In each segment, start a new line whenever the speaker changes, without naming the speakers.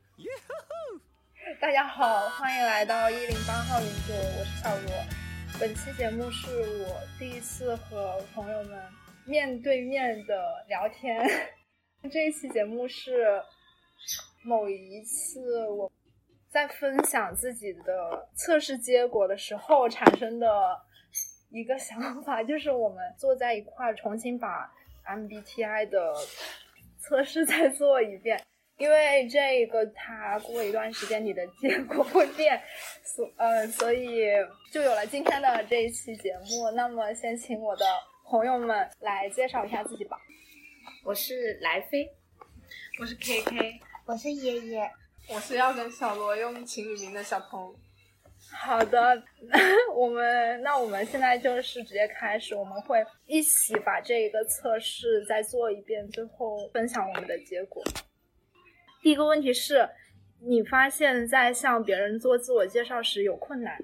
大家好，欢迎来到一零八号云朵，我是小罗。本期节目是我第一次和朋友们面对面的聊天。 这一期节目是某一次我在分享自己的测试结果的时候产生的一个想法，就是我们坐在一块儿重新把 MBTI 的测试再做一遍。因为这个，它过一段时间你的结果会变，所呃，所以就有了今天的这一期节目。那么，先请我的朋友们来介绍一下自己吧。
我是来飞，
我是 KK，
我是爷爷，
我是要跟小罗用情侣名的小鹏。
好的， 我们那我们现在就是直接开始，我们会一起把这个测试再做一遍，最后分享我们的结果。第一个问题是，你发现在向别人做自我介绍时有困难？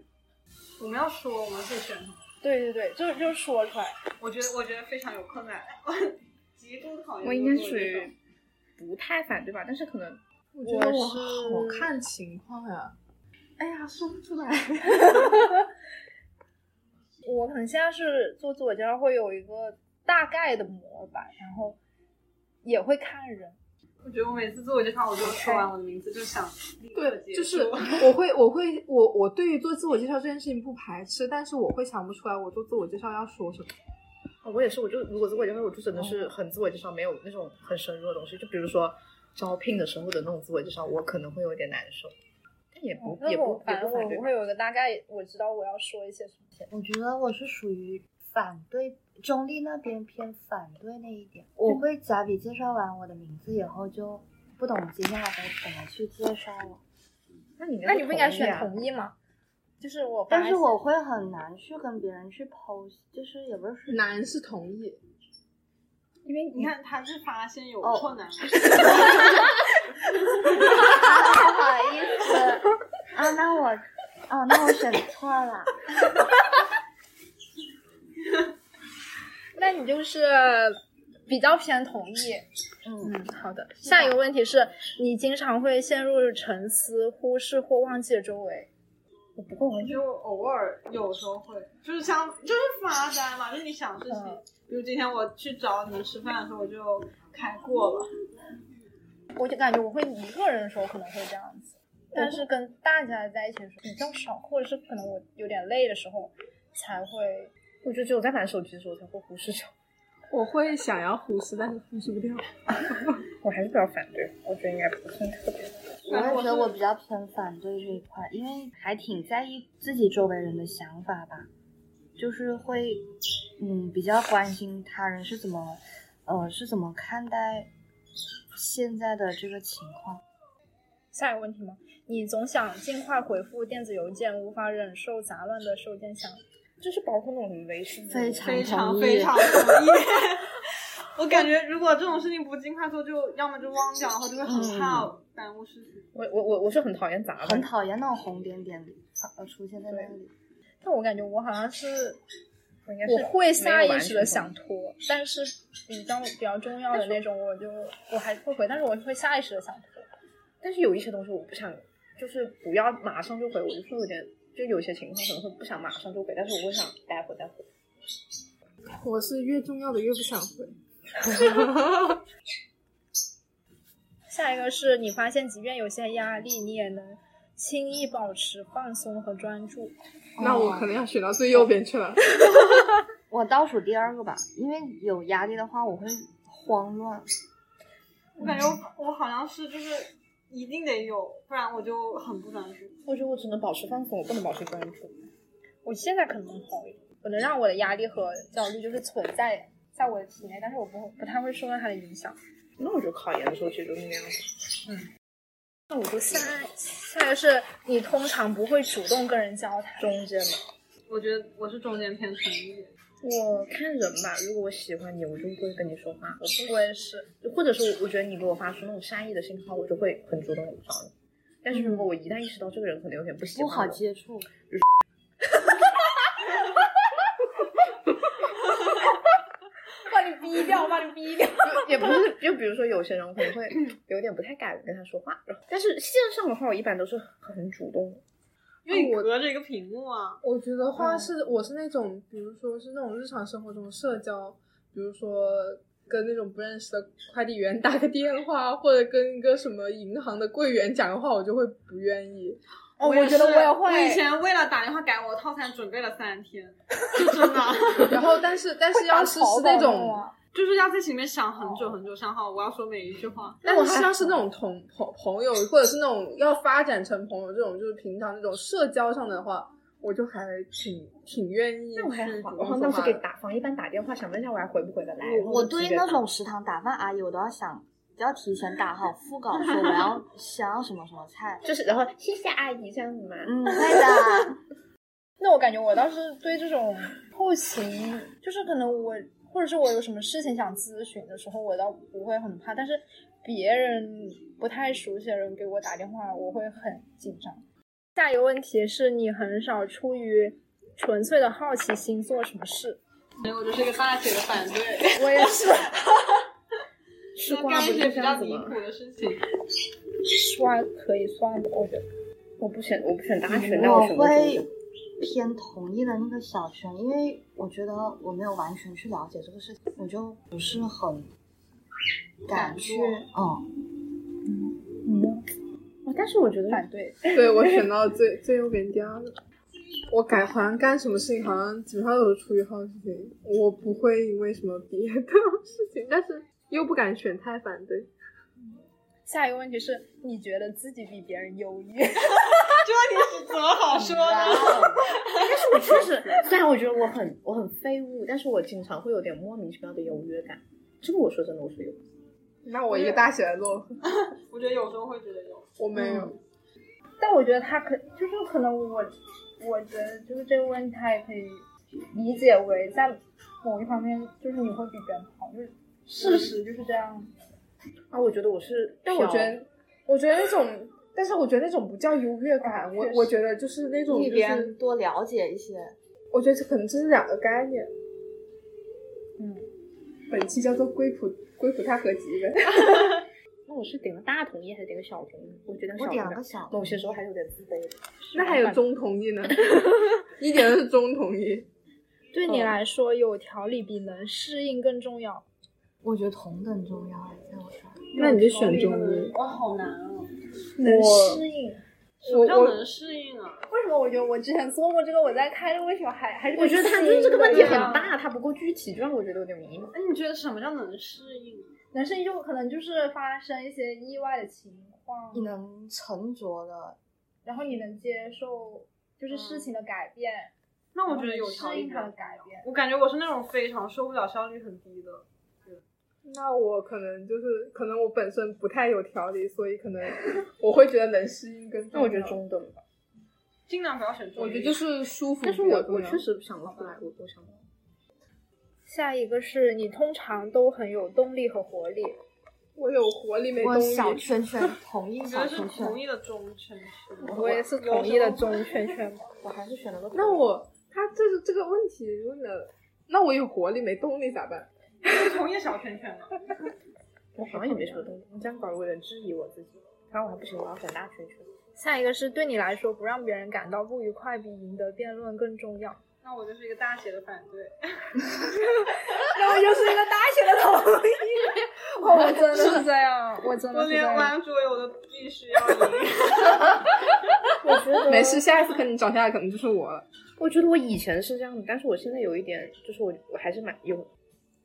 我们要说我们会选什么？
对对对，就是就是说出来。
我觉得我觉得非常有困难，极度讨厌。
我应该属于不太反对吧，但是可能
我
觉得我
好看情况呀、
哎呀，说不出来。
我可能现在是做自我介绍会有一个大概的模板，然后也会看人。
我觉得我每次自我介绍，我就说完我的名字就想立刻
对，
结
就
束。
是我 会，我会，我我对于做自我介绍这件事情不排斥，但是我会想不出来我做自我介绍要说什么。哦
哦我也是，我就如果自我介绍，我就真的是很自我介绍，没有那种很深入的东西。就比如说招聘的时候的那种自我介绍，我可能会有一点难受，但也不、
哦那
也
我
不也
反
不
正
反对
我。会有一个大概，我知道我要说一些什么。
我觉得我是属于反对中立那边偏反对那一点。我会假比介绍完我的名字以后，就不懂接下来该怎么去介绍了。
那你
那你不应该
同意
选
啊
同意吗？就是我发现，
但是我会很难去跟别人去剖析，就是也不是说
难是同意，
因为 你看他是发现有
哦
困难，
不好意思啊，那我哦，那我选错了。
那你就是比较偏同意。
嗯，
嗯，好的。下一个问题是你经常会陷入沉思、忽视或忘记了周围。
我不过我
就偶尔有时候会，就是想就是发呆嘛，就是你想事情。
嗯
比如今天我去找你们吃饭的时候，我就开过了。
我就感觉我会一个人的时候可能会这样子，但是跟大家在一起的时候比较少，或者是可能我有点累的时候才会。
我就只有在玩手机的时候才会忽视这种，
我会想要忽视，但是忽视 不掉。
我还是比较反对，我觉得应该不算特别。
我也觉得我比较偏反对这一块，因为还挺在意自己周围人的想法吧，就是会，嗯，比较关心他人是怎么，呃，是怎么看待现在的这个情况。
下一个问题吗？你总想尽快回复电子邮件，无法忍受杂乱的收件箱。
就是包括那种什么微信，
非常
非常
同意
非常同意。我感觉如果这种事情不尽快做，就要么就忘掉，然后就会很怕耽误事情。
我我我我是很讨厌杂
很
乱，
讨厌那种红点点呃出现在那里，
但我感觉我好像是
我应该是
我会下意识的
没
想拖，但是比较比较重要的那种，我就我还会回，但是我会下意识的想拖。
有完全同意，但是有一些东西我不想，就是不要马上就回，我就是有点，就有些情况可能会不想马上就回，但是我会想待会再回。
我是越重要的越不想回。
下一个是你发现，即便有些压力，你也能轻易保持放松和专注。
那我可能要选到最右边去了。
哦我倒数第二个吧，因为有压力的话我会慌乱，
我感觉我我好像是就是一定得有，不然我就很不专注。
我觉得我只能保持放 松，我不能保持专注。
我现在可能好一点，我能让我的压力和焦虑就是存在在我的体内，但是我不会不太会受到它的影响。
那我觉得考研的时候其实就是那样子。
那我就下下一个是你通常不会主动跟人交谈，
中间嘛，
我觉得我是中间偏同意，
我看人吧。如果我喜欢你，我就不会跟你说话，我
我也是，
不或者是我我觉得你给我发出那种善意的信号，我就会很主动找你。但是如果我一旦意识到这个人可能有点不喜
不
欢我，
好接触。
把你逼掉，把你
样逼的。
也不是，就比如说有些人可能会有点不太敢跟他说话，然后但是线上的话，我一般都是很主动的。
因为你隔着一个屏幕啊，
我觉得
嗯
话是，我是那种，比如说是那种日常生活中的社交，比如说跟那种不认识的快递员 打个电话，或者跟一个什么银行的柜员讲个话，我就会不愿意。
哦，
也
我觉得
是
我也
我以
会，
前为了打电话改我的套餐，准备了三天，就真的
然后，但是但是
打
要是
淘
是
宝
那
的
种
吗
就是要在心里面想很久很久，想好我要说每一句话。
但是像是那种同朋朋友，或者是那种要发展成朋友这种，就是平常那种社交上的话，我就还挺挺愿意去
那我还
主
好，啊
动
我好
说
像
话
是给
的
打方，一般打电话想问一下我还回不回得
哎
来。然后
我
就直
对
接
那
打
种食堂打饭阿姨，我都要想，要提前打好腹稿，说我要想要什么什么菜。
就是，然后谢谢阿姨这样子嘛。
嗯，对的，
那我感觉我倒是对这种后勤，就是可能我或者是我有什么事情想咨询的时候，我倒不会很怕，但是别人不太熟悉的人给我打电话，我会很紧张。下一个问题是你很少出于纯粹的好奇心做什么事？
所以我就是一个大写的反对，
我也是，
吃瓜
干
不
一些
就
比
这
较
样子
离
吗？
谱的事情。
算可以算吧，我觉得。
我不选，我不选
嗯
大 学，但
我
选过中
会
学。
偏同意的那个小圈，因为我觉得我没有完全去了解这个事情，我就不是很敢去， 嗯，
哦但是我觉得
反对，
对我选到最最右边第二个。我改行干什么事情，好像基本上都是出于好奇心。我不会因为什么别的事情，但是又不敢选太反对。
下一个问题是你觉得自己比别人优越？
这你怎么好说
哦
呢？
我确实，虽然我觉得我很我很废物，但是我经常会有点莫名其妙的优越感。这个我说真的，我是有。
那我一个大学的落后，嗯
我觉得有时候会觉得有，
我没有。
但我觉得他可就是可能我，我觉得就是这个问题，他也可以理解为在某一方面，就是你会比别人好，就是事实就是这样。
啊，我觉得我是，
但我觉得，我觉得那种，但是我觉得那种不叫优越感，啊我我觉得就是那种
比
就
别人
是，
多了解一些。
我觉得这可能这是两个概念。
嗯，
本期叫做归谱归谱太合集呗。
那我是点了大同意还是点个小同意？我觉得
我
小
点
同
了个
意。
小，
某些时候还有点自卑。
啊
那还有中同意呢？ 一点的是中同意。
对
嗯
你来说，有条理比能适应更重要。
我觉得同等重要哎，在我这儿。
那你就选中医。
哇，好难哦！
能适应，
什么叫能适应啊？
为什么我觉得我之前做过这个，我在开这个问题，我还还是
我觉得他
就
就是这个问题很
对
大，他不够具体，就让我觉得有点迷茫。
哎，你觉得什么叫能适应？
能适应，就可能就是发生一些意外的情况，
你能沉着的，
然后你能接受就是
嗯
事情的改变，
那我
然后
觉得
能
有条
适
理
应它的
的。
改变。
我感觉我是那种非常受不了效率很低的。
那我可能就是，可能我本身不太有条理，所以可能我会觉得能适应跟
那我觉得，中等吧，
尽量不要选中
我
医。
觉得就是舒服比
但是
较
我
重
我
要。
确实想不出来，我我想不出来。
下一个是你通常都很有动力和活力，
我有活力没动
我小
力，
圈圈同意
我觉
小
得是
圈圈
同，意的中圈圈。
我也是统一的中圈圈嘛。
我还是选了个
那我他这是这个问题问的，那我有活力没动力咋办？
同意小圈圈吗？
我好像也没什么东西，你这样搞得我有点质疑我自己。反正我还不行，我要选大圈圈。
下一个是对你来说，不让别人感到不愉快比赢得辩论更重 要。
那我就是一个大写的反对。
那我就是一个大写的统一，哦，我真的是这样，我真的
我
是这
连
样。
玩桌游都必须要赢。
我觉 得
没事，，下一次可能你找下来可能就是我了。
我觉得我以前是这样的，但是我现在有一点，就是我我还是蛮有，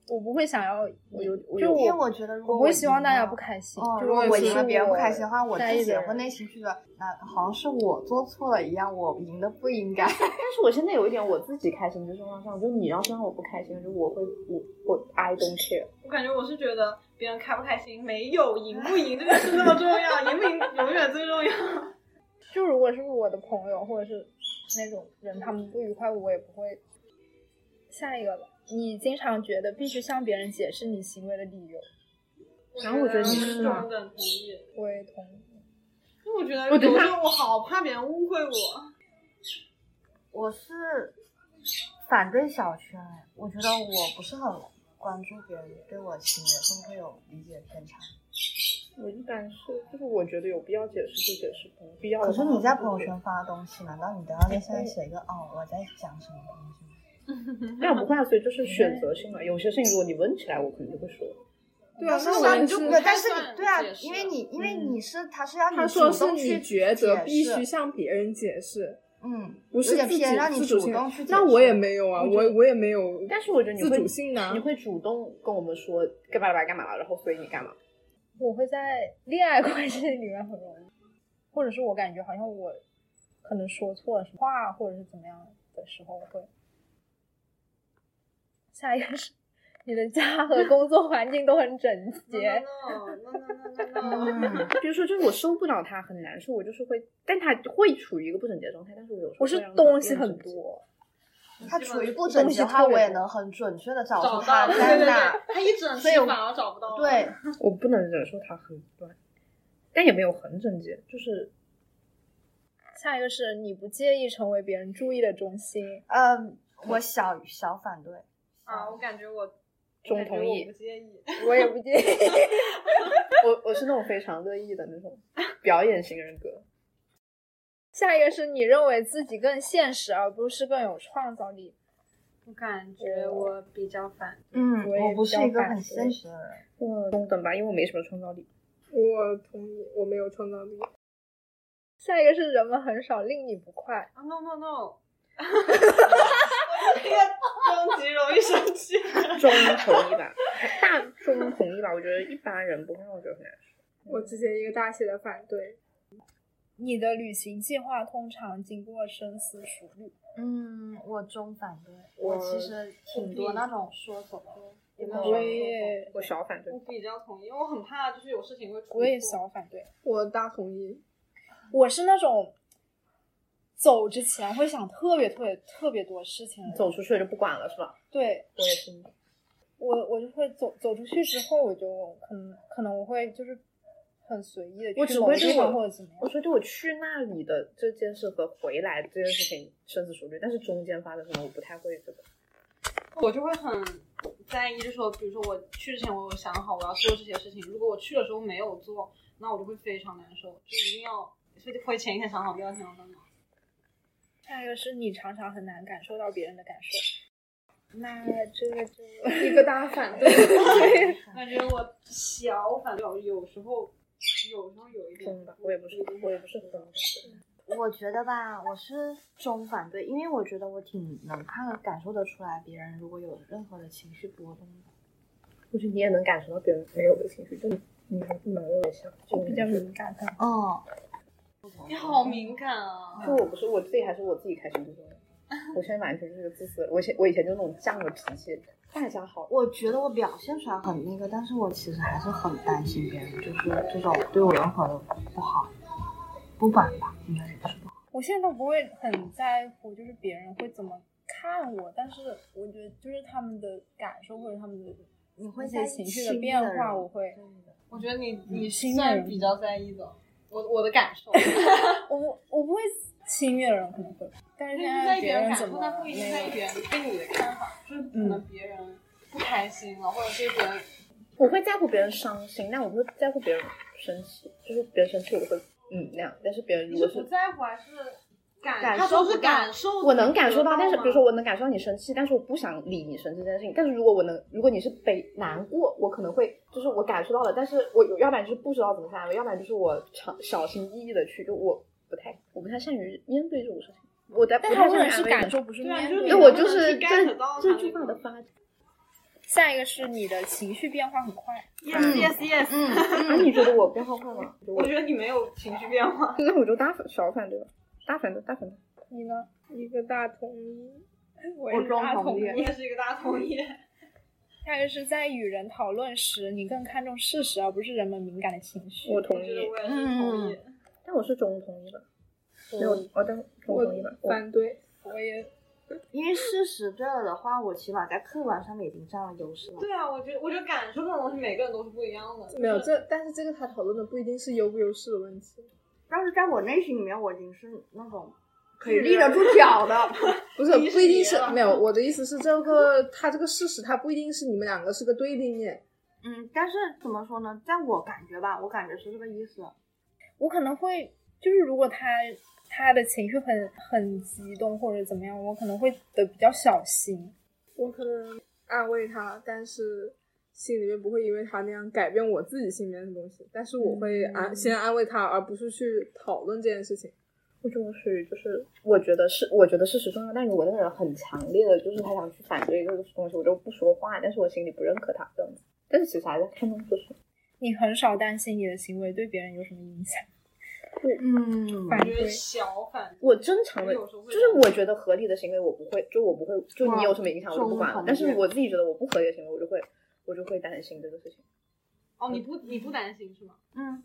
我不会想要，
我有我
就
有
因为我觉得如果
我不会希望大家不
开
开心。
哦，
就
如果
我
我
也
赢
是
了别人不开心的话，我
在
自
意
己
的
也
人
会内心去的，那好像是我做错了一样，我赢的不应该。
但是我现在有一点我自己开心就是往上，就你要是让我不开心，就我会我我 I don't care。
我感觉我是觉得别人开不开心没有，赢不赢这个事那么重要，赢不赢永远最重要。
就如果是我的朋友或者是那种人，他们不愉快，我也不会。下一个吧，你经常觉得必须向别人解释你行为的理由，
然后我觉得你是
中等同意，
我也同意。
因为我觉得
我觉得
有
他
时候我好怕别人误会我。
哎我是反对小圈，我觉得我不是很关注别人对我的行为会不会有理解偏差？
我一般是就是我觉得有必要解释就解释，不必要的
可
话
是你在朋友
就不
圈发的东西，难道你都要在下面写一个哦我在讲什么东西吗？
那不会啊，所以就是选择性嘛。有些事情如果你问起来，我肯定会说。
对啊，
是
那
吧？
我
你
也
就不
是
会，但
太
是
算
你对啊
解，释
因为
了
你因为
嗯
你是他是让你
他
主
说是
动
你
去
觉得
解
必
释
须向别人解释，
嗯，
不是
有点
自己
偏让你
自主
主
性
动去。解
那我也
释
没有啊，
我觉
我
得
我也没有，
但是我觉得你
自
会
主性的啊
你会主动跟我们说干嘛干嘛干嘛，然后所以你干嘛？
我会在恋爱关系里面很容易，或者是我感觉好像我可能说错了什么话，或者是怎么样的时候，我会。下一个是你的家和工作环境都很整洁，
no no no no no no no，
嗯，
比如说就是我受不了他很难受，我就是会，但他会处于一个不整洁的状态，但是我有时候
我
会
是
让他
东西
变整
很
洁。
多，
他处于不整
东
齐
西
的话，
特别
我也
多
能很准确的
找
找出
到
他
了，
在
对对
哪
对。，他一整
所以我
期反而找不到了。
对，
我不能忍受他很乱，但也没有很整洁，就是
下一个是你不介意成为别人注意的中心，
嗯，我小小反对。
啊，
哦
我感觉我
中同意
我感觉我不介意。
我也不介意。
我我是那种非常乐意的那种表演型 人格。
下一个是你认为自己更现实，而不是更有创造力。
我感觉我比较反，
嗯，
我也
我不
比
是
较
一个
反
很
对
现实的人。
我中等吧，因为我没什么创造力。
我同意，我没有创造力。
下一个是人们很少令你不快，
啊 no no no，我是一个终极容易生气。
中同意吧， 大中同意吧。我觉得一般人不会让我觉得很难受。
我之前一个大写的反对，
你的旅行计划通常经过深思熟虑。
嗯，我中反对。我
我
其实挺多那种说走就
嗯
也没有
我
说
也
我小反对
我，比较同意，因为我很怕就是有事情会出错。
我也小反对，
我大同意。
我是那种走之前会想特别特别特别多事情的人，
走出去了就不管了是吧？
对
我也是。
我我就会走走出去之后，我就可能可能我会就是很随意的
我
去
只
某
会
个
对
地
我
方或者怎么样
我。觉得我去那里的这件事和回来这件事情深思熟虑，但是中间发生什么我不太会这个。
我就会很在意，就是说，比如说我去之前我有想好我要做这些事情，如果我去的时候没有做，那我就会非常难受，就一定要所以就会前一天想好第二天要干嘛。
下一个是你常常很难感受到别人的感受， 那这个就
一个大反对，
感觉我小反正有时候有时候有一
疯
点
吧，我也不是，我也不是疯的。
我觉得吧，我是中反对，因为我觉得我挺能看感受得出来别人如果有任何的情绪波动的。
我觉得你也能感受到别人没有的情绪，就你你还蛮有点像，就
比较敏感的。
哦，
你好敏感啊！
就我不是我自己还是我自己开心最重要。我现在完全是个自私，我以前我以前就那种犟的脾气，大家好，
我觉得我表现出来很那个，但是我其实还是很担心别人，就是这种对我任何的不好，不满吧，应该也是吧。
我现在都不会很在乎，就是别人会怎么看我，但是我觉得就是他们的感受或者他们的
你会
一
在
些情
意
绪
亲
的变
人
化，我会
我觉得你
嗯
你
亲
算
人
比较在意的，我我的感 受，
我不我不会亲越人可能会，但是现
在
在
意
别
别人
人
感
怎
受，
么
但不一定在
没有
意别人
嗯
对你的看法，就是可能别人不开心了，或者是别人
我会在乎别人伤心，但我不会在乎别人生气，就是别人生气我会嗯那样，但是别人 如
你
果
是
是
不在乎还是感？
感
他
受
说是
不到
感受，
我能感受到，但是比如说
我，
我能感受到你生气，但是我不想理你生气这件事情。但是如果我能，如果你是悲难过，我可能会就是我感受到了，但是我有要不然就是不知道怎么去安慰，要不然就是我常小心翼翼的去，就我不太我不太善于面对这种事情，我在
但
不
他
太
问
善
的
于
是
安慰
感
人。
受，不是
对啊
面
就是
对的。
你
对，我
不
就
能
是
去 get
这
到
这
他
句
那
话的
个
发展
下一个是你的情绪变化很快，
yes yes yes，
啊，你觉得我变好快吗？
我觉得你没有情绪变化，
那我就大反小反对吧，大反对大反对。
你呢？
一个大同意。
我
我中同意。
你也是一个大同意。
下一个是在与人讨论时，你更看重事实而不是人们敏感的情绪。
我同嗯
我觉
意
得，我也是同意。
但我是中同意吧，没有，我但中
我
同意吧，我
反对，
我也
因为事实对了的话，我起码在客观上面已经占了优势了。
对啊，我觉得我觉得感受这种东西每个人都是不一样的。
没有
就是
这，但是这个他讨论的不一定是优不优势的问题。
但是在我内心里面，我已经是那种
可以立得住脚的。
不是
你
不一定
是
是
别了
没有，我的意思是这个它这个事实，它不一定是你们两个是个对立面。
嗯，但是怎么说呢？在我感觉吧，我感觉是这个意思。
我可能会就是如果他他的情绪很很激动或者怎么样，我可能会的比较小心。
我可能安慰他，但是心里面不会因为他那样改变我自己心里面的东西，但是我会安、先安慰他，而不是去讨论这件事情。
我这种属于就是，我觉得是，我觉得事实重要，但如果那个人很强烈的，就是他想去反对这个东西，我就不说话，但是我心里不认可他这样子。但是其实还是看重就是，
你很少担心你的行为对别人有什么影响，
嗯
反
我觉
对
得。小反
我正常的，
有时候会
就是我觉得合理的行为，我不会，就我不会，就你有什么影响我就不管了
哇。
但是我自己觉得我不合理的行为，我就会，我就会担心这个事情。
哦，你不你不担心是吗？
嗯，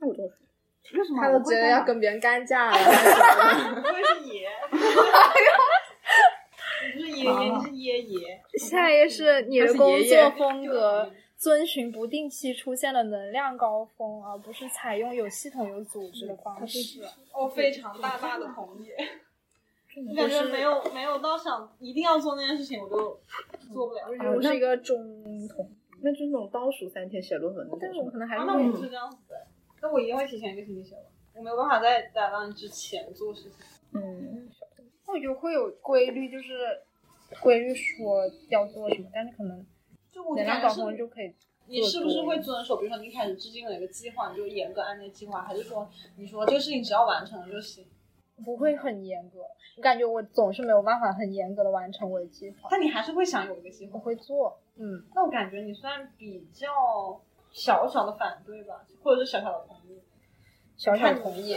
那我就是，
为什么
他
我
都
会
觉得
这
要
样
跟别人干架了，
不会是爷？ 你不是爷爷，你是爷爷。
下一个是你的
他是
工
爷
作
爷
风
就
格遵循不定期出现的能量高峰，而不是采用有系统、有组织的方式。
我哦非常大大的同意。我感觉没有没有到想一定要做那件事情，我就做不了。
嗯
我觉得我是一个中统，
那就是那种倒数三天写论文的那
但是
种
我。可能还是
啊，
会
那我不是这样子的，那我一定会提前一个星期写完，我没有办法在 d e a 之前做事情。
嗯，
那我觉得会有规律，就是规律说要做什么，但是可能
就我
能量高
感觉
峰
是
就可以。
你是不是会遵守？比如说你一开始制定了一个计划，你就严格按那个计划，还是说你说这个事情只要完成了就行？
不会很严格，我感觉我总是没有办法很严格的完成我的计划。
但你还是会想有一个计
我
划。
会做，嗯，
那我感觉你算比较小小的反对吧，或者是小小的同意。
小小
看你
同意。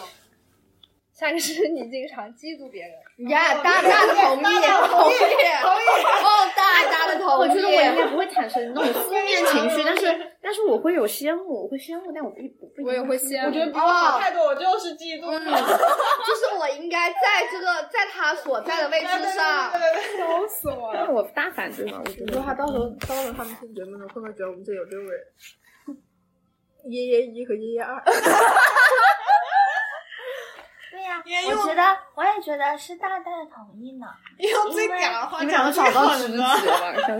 下一个是你经常嫉妒别人，
呀，大大的同意，同意，同意，哦，大大的同
意
我觉得我应该不会产生那种负面情绪，但是，但是我会有羡慕，我会羡慕，但我不不不，
我也会羡慕
我觉得比我好太多，我就是嫉妒。
就是我应该在这个在他所在的位置上。
笑死我了。
但我大反对嘛，我觉
你说
得
他到时候到时候他们听节目的时候，会不会觉得我们这有六个人？爷爷一和爷爷二，
对呀、
也
我
用
觉得我也觉得是大大的同意呢。
用
最屌
的话
你们两个找到知己了，像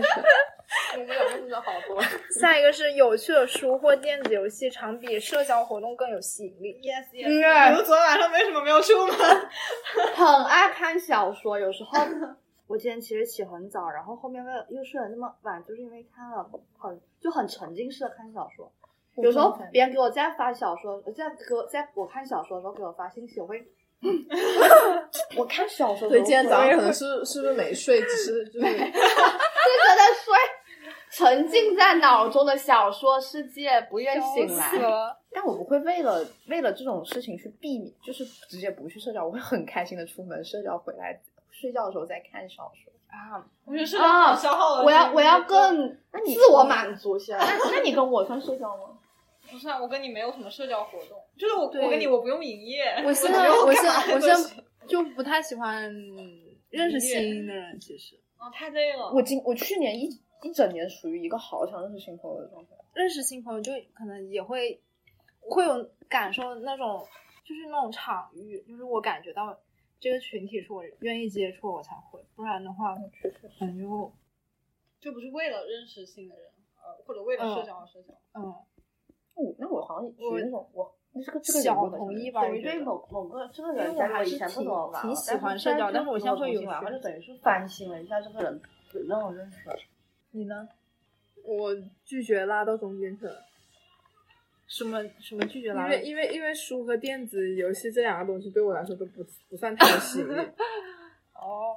是。
我们两个真的好多。
下一个是有趣的书或电子游戏常比社交活动更有吸引力。
Yes
嗯
yes。我们昨天晚上为什么没有出门？
很爱看小说，有 时候我今天其实起很早，然后后面又又睡得那么晚，就是因为看了很就很沉浸式的看小说。有时候别人给我在发小说，在给我在我看小说的时候给我发信息，我会，我看小说
所
的时候会，
以今天早上可能 是是不是没睡，只是就是
就觉得睡，沉浸在脑中的小说世界，不愿醒
笑死
来。
了。
但我不会为了为了这种事情去避免，就是直接不去社交，我会很开心的出门社交，回来睡觉的时候再看小说。
啊！
我觉得是好消耗了。
我要我要更
你
自我满足些。
那那你跟我算社交吗？
不是啊，我跟你没有什么社交活动，就是我我跟你我不用营业，
我现在我 现在我现在就不太喜欢认识新的人，其实
啊太累了。
我今我去年一一整年属于一个好想认识新朋友的状态。
认识新朋友就可能也会会有感受那种就是那种场域，就是我感觉到这个群体是我愿意接触我才会，不然的话可能就
就不是为了认识新的人，呃，或者为了社交而社交。
嗯
我哦那我好像属于那种我那这个这个
小
人我好像
同意吧，
等
我
于
觉
对
得
某某个这个
因为
人，
我
假如
还
我以
是
前不
挺
怎么玩，
挺喜欢社交但是我现在会有
玩，我
兴
就
趣
等于是反省了一下这个人，让我认识了。
你呢？
我拒绝拉到中间去了。
什么什么拒绝
因
了？
为因为因为书和电子游戏这两个东西对我来说都不不算太有吸引力。
哦，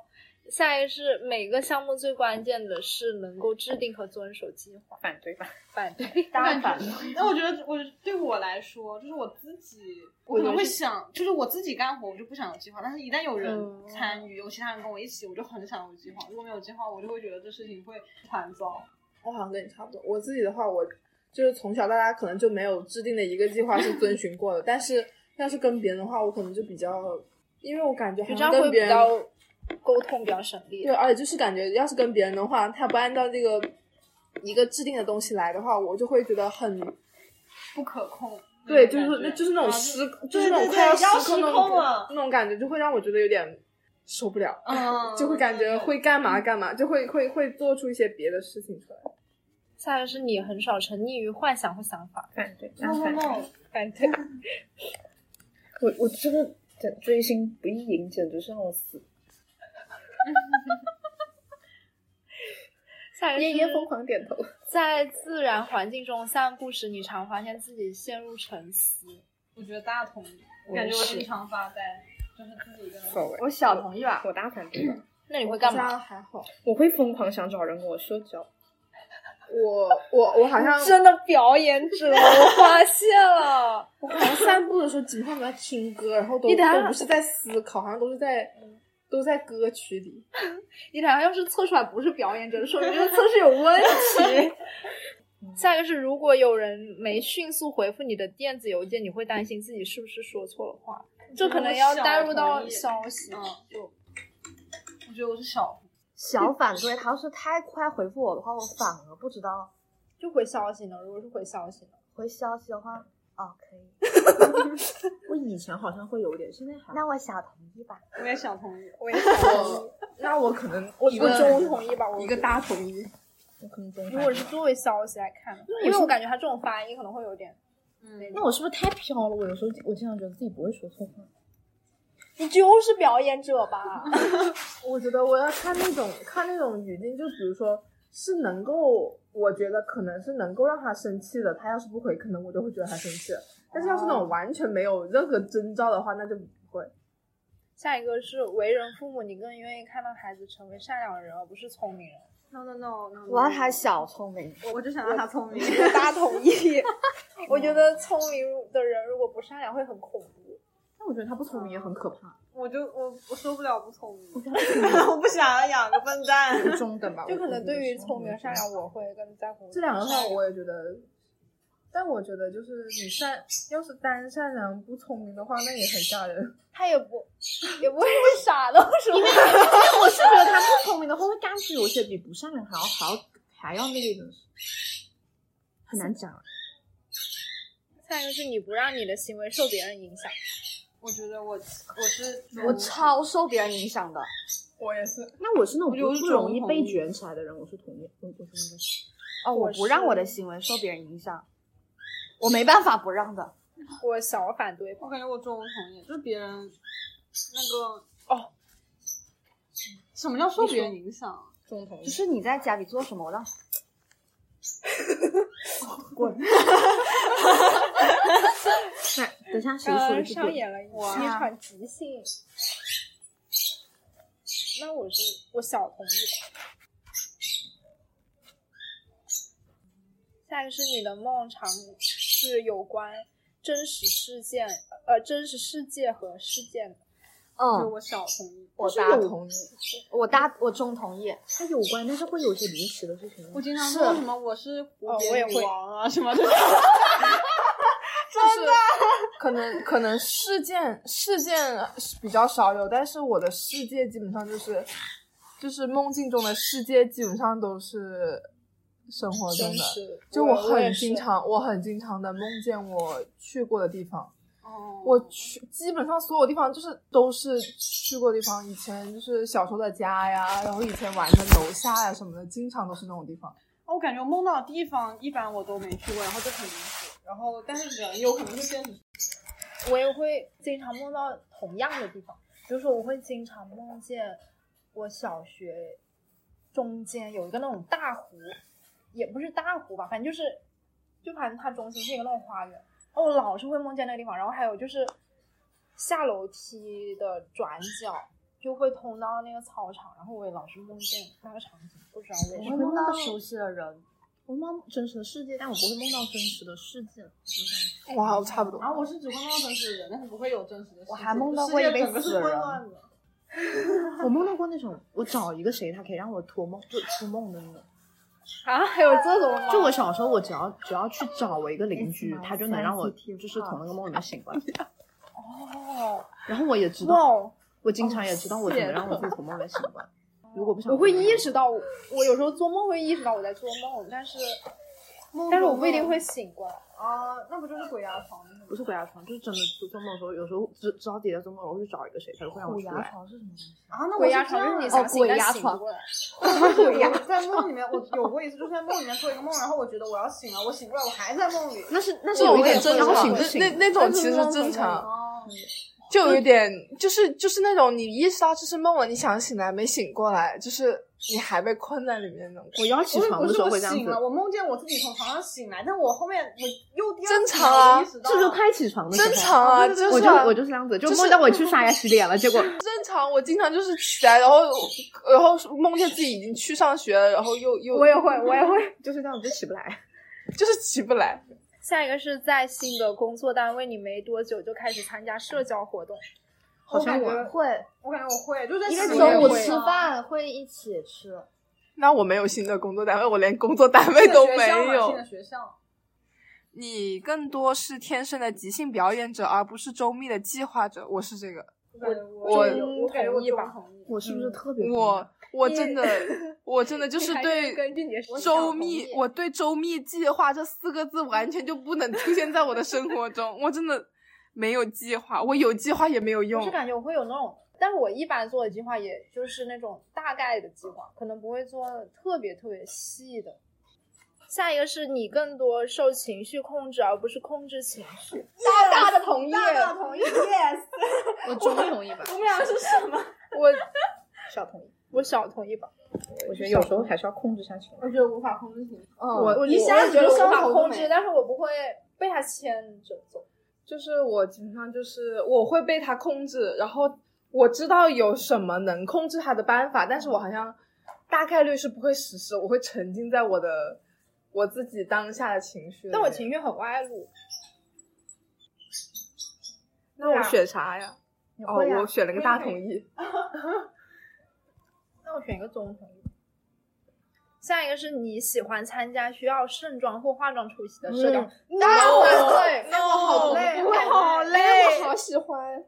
下一个是每个项目最关键的是能够制定和遵守计划。
反对 吧。
反对，
当然反
那我觉得我对我来说，就是我自己，我可能会想，就是我自己干活，我就不想有计划。但是一旦有人
嗯
参与，有其他人跟我一起，我就很想有计划。如果没有计划，我就会觉得这事情会团糟。
我好像跟你差不多。我自己的话，我就是从小到大可能就没有制定的一个计划是遵循过的， 但是要是跟别人的话，我可能就比较，因为我感觉好
就这样
像跟
会
别
比
人
较沟通比较省力
对，。而且就是感觉要是跟别人的话，他不按照这个一个制定的东西来的话，我就会觉得很
不可控，
对，就是
感觉
那就是那种
啊
失，就
对
是那
对
种快
对要
失控那
失
种
控了
那种感觉，就会让我觉得有点受不了，
嗯，
就会感觉会干嘛干嘛，就会会会做出一些别的事情出来。
下一个是你很少沉溺于幻想或想法，
反对，
no
那
no
反对
no，
反正
我我真的简追星不意淫，简直是让我死。
下一
烟
个
烟
是
疯狂点头，
在自然环境中散步时，你常发现自己陷入沉思。
我觉得大家同意，
我
感觉我
是
经常发呆，就是自己一个人。
所谓
我小同意吧，
我大反对吧，
那你会干嘛？
还好，
我会疯狂想找人跟我社交。
我我我好像
真的表演者，我发现 了。
我好像散步的时候，基本上都在听歌，然后都
你等下
都不是在思考，好像都是在都在歌曲里。
嗯 你俩要是测出来不是表演者，说明这个测试有问题。 下一个是，如果有人没迅速回复你的电子邮件，你会担心自己是不是说错了话，这可能要带入到消息。
嗯，就我觉得我是小
小反对，他要是太快回复我的话，我反而不知道
就回消息呢？如果是回消息呢？
回消息的话，哦，可以，
我以前好像会有点，现在还
那我小同意吧。
我也想同意，
我也想
我那我可能我
一个周同意吧，我
一个大同意，
我可能中
如果是作为消息来看的话，因为我感觉他这种发音可能会有点，
嗯，
那我是不是太飘了？我有时候我经常觉得自己不会说错话。
你就是表演者吧？
我觉得我要看那种看那种语境，就比如说是能够，我觉得可能是能够让他生气的，他要是不回，可能我就会觉得他生气了。但是要是那种完全没有任何征兆的话，那就不会。
下一个是为人父母，你更愿意看到孩子成为善良的人，而不是聪明人。
no no no no，
我要他小聪明，
我我只想让他聪明。
大家同意。我觉得聪明的人如果不善良会很恐怖。
但我觉得他不聪明也很可怕，
我就我我受不了不聪明，
我不想养个笨蛋。
就中等吧。
就
我
可
我
能
觉
对
得
于
是
聪明和善良，我会更在乎
这两个话我也觉得，但我觉得就是你善，要是单善良不聪明的话，那也很吓人。
他也不也不会是傻的，为什么？
但我是觉得他不聪明的话，会干出有些比不善良还要还要还要那个，很难讲。
下一个是你不让你的行为受别人影响。
我觉得我我是
我超受别人影响的。
我也是，
那我是那种
我觉得我
不
是
不容易
中
被
同
卷起来的人，我是同意，我我是
哦，我不让我的行为受别人影 响，我没办法不让的。
我小反对吧
我。感觉我中文同意，就是别人那个
哦，
什么叫受别人影响？啊
中同
就。是你在家里做什么，我 让
刚刚呃
呃
那等一下谁说的是
上
对的？
演了一场即兴。那我是我小同意吧。下一个是你的梦常是有关真实事件，呃，真实世界和事件的。
就
嗯，
我小同意，
我
是
大
有
同意，我大我中同意。
它有关，但是会有些离奇的事情。
我经常
是
说什么我是湖
哦我也
边女
会
王啊什么的，
就是 可能可能事件事件比较少有，但是我的世界基本上就是就是梦境中的世界基本上都是生活中的。就我
我也
很
是
经常，我很经常的梦见我去过的地方，
哦
我去基本上所有地方就是都是去过的地方。以前就是小时候的家呀，然后以前玩的楼下呀什么的，经常都是那种地方。
哦我感觉我梦到的地方一般我都没去过，然后就很离谱，然后但是人有可能是现实。
我也会经常梦到同样的地方，比如说我会经常梦见我小学中间有一个那种大湖，也不是大湖吧，反正就是，就反正它中心是一个那种花园，然后我老是会梦见那个地方，然后还有就是下楼梯的转角就会通到那个操场，然后我也老是梦见那个场景，不知道为
我
什
会
么。
梦到
熟悉的人，
我梦到真实的世界，但我不会梦到真实的事件。
哇，我差不多
然。后我是只会梦到真实的人，但是不会有真实的世界。
我还梦到过一
世界
杯
整个是
死人
混乱的。
我梦到过那种，我找一个谁，他可以让我托梦，就托梦的那种。
啊，还有这种吗？
就我小时候，我只要只要去找我一个邻居
哎
It's，my
他就能让我
sensitive
就是从那个梦里面醒过来。
啊
哦，
然后我也知道，
哇，哦
我经常也知道我怎么让我自己从梦里面醒过来。如果不想，
我会意识到，我有时候做梦会意识到我在做梦，但是
但是我不一定会
醒过来。
啊，那不就是鬼压床吗？
不是鬼压床，就是真的做做梦的时候，有时候知知道自己在做梦，然后去找一个谁，他就会让我
虎
出
牙
来。
床是什么东西？
啊，那我
鬼
是
压
这
床
样
就是你
的
想醒
哦鬼
但
压
醒
床
不过来。
鬼压，在梦里面我有过一次，就是在梦里面做一个梦，然后我觉得我要醒了，我醒不来，我还在梦里。
那是那
这种
有一
很
点
正
然后
常
醒不，醒？
那那种其实正常，
哦，
嗯
就有一点就是就是那种你意识到这是梦了，你想醒来没醒过来，就是你还被困在里面那种。
我要起
不是
床
不
的
是
时候
我
会这样
醒了，
子，
我梦见我自己从床上醒来，但我后面我又第二
正
次
常
醒来
啊
我意识到
这就
了
快起床的时候。
正常啊，就是
我就
啊
我就是这样子，就
就是
梦到我去 刷牙洗脸了，结果
正常，我经常就是起来，然后然后梦见自己已经去上学了，然后又又
我也会，我也会。
就是这样子就起不来。
就是起不来。
下一个是在新的工作单位里没多久就开始参加社交活动，
好像我
我感觉
会，
我感觉我会，就在
因为
醒啊
中午
也会
吃
啊
饭会一起吃。
那我没有新的工作单位，我连工作单位
进了
都
学
没
校嘛啊
有
进。了学校，
你更多是天生的即兴表演者，而不是周密的计划者。我是这个，
我感觉
我
我我感觉我
同意吧
中同意
嗯我是不是特别
我我
你
真的，我真的就是
你还
对
根据你的
我想
周
同
密
意，
我对周密计划这四个字完全就不能出现在我的生活中。我真的没有计划，我有计划也没有
我
用
是。感觉我会有那种，但是我一般做的计划也就是那种大概的计划，可能不会做特别特别细的。
下一个是你更多受情绪控制，而不是控制情绪。
大大的同意？
大大同意，yes，
我中同意吧，
我们俩是什么？
我
小同意。
我小同意吧，
我觉得有时候还是要控制下情
我觉得无法控制情绪，
嗯，
我我
一下子
觉得我
就
无
上
法
头
控
了
制，但是我不会被他牵着走。
就是我经常就是我会被他控制，然后我知道有什么能控制他的办法，但是我好像大概率是不会实施，我会沉浸在我的我自己当下的情绪里面。
但我情绪很外露，
那我选啥呀？哦，我选了个大同意。
那我选一个中同意。下一个是你喜欢参加需要盛装或化妆出席的社交，
那我
对，
那我好
累
我好 累，
累
哎我好喜欢。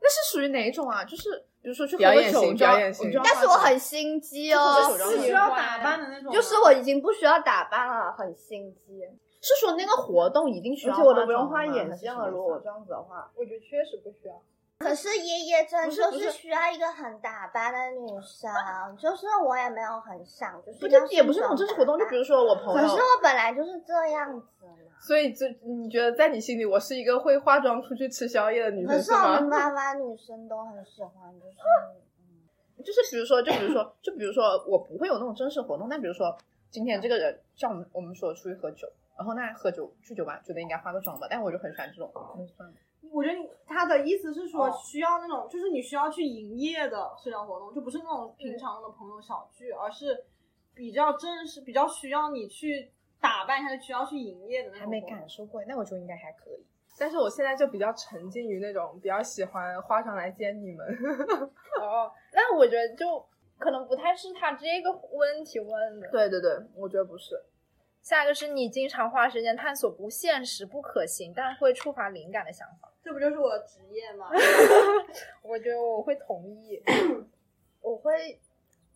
那是属于哪一种啊？就是比如说去喝
表
个
演
酒，
型
我就要
表演型
我就要
但是我
化妆
很心机哦，
就是
是需要打扮的那种吗，
就是我已经不需要打扮了，很心机。
是说那个活动一定需要
而
化
且
妆
我
吗，
都不用画眼镜
还
了，
是什么意思
如果我这样子的话，
我觉得确实不需要。
可是爷爷真
不是
就
不
是
是
需要一个很打扮的女生，就是我也没有很想，就是
不
要
就也不是那种
盛
正
装
式活
打
动，就
扮
比如说我朋
可是
友，
我本来就是这样子嘛。
所以这你觉得在你心里，我是一个会化妆出去吃宵夜的女
可
生
是我们
吗？
班班女生都很喜欢，就是
就是比如说就比如说就比如说我不会有那种正式活动，但比如说今天这个人像我们我们说出去喝酒，然后那喝酒去酒吧觉得应该化个妆吧，但我就很喜欢这种，嗯算了
我觉得你他的意思是
哦
说，需要那种、就是你需要去营业的社交活动，就不是那种
嗯
平常的朋友小聚，而是比较正式、比较需要你去打扮一下，就需要去营业的那种。
还没。感受过，那我就应该还可以。
但是我现在就比较沉浸于那种比较喜欢化妆来见你们。
哦，那我觉得就可能不太是他这个问题问的。
对对对，我觉得不是。
下一个是你经常花时间探索不现实、不可行，但会触发灵感的想法。
这不就是我的职业吗？
我觉得我会同意。
我会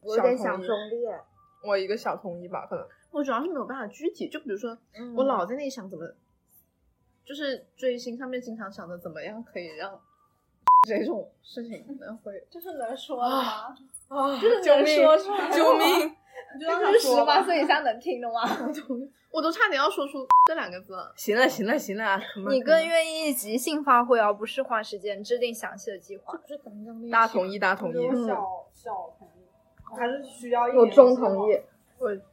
有
小
点
同
想
意
中立。
嗯
我一个小同意吧，可能。
我主要是没有办法具体，就比如说我老在那里想怎么，就是追星上面经常想着怎么样可以让这种事情能会
就是能说的吗？
啊！救
能
命！
说出来
救命！
你 就让
就
他
是
说
十
吧
八。岁以下能听的吗？
我都差点要说出这两个字了。
行了行了行了，啊
你更愿意即兴发挥，而不是花时间制定详细的计划。
大同意大同意
我觉
嗯
得。我小小同意，我还是需要一
我
点嗯
中同意，
这种。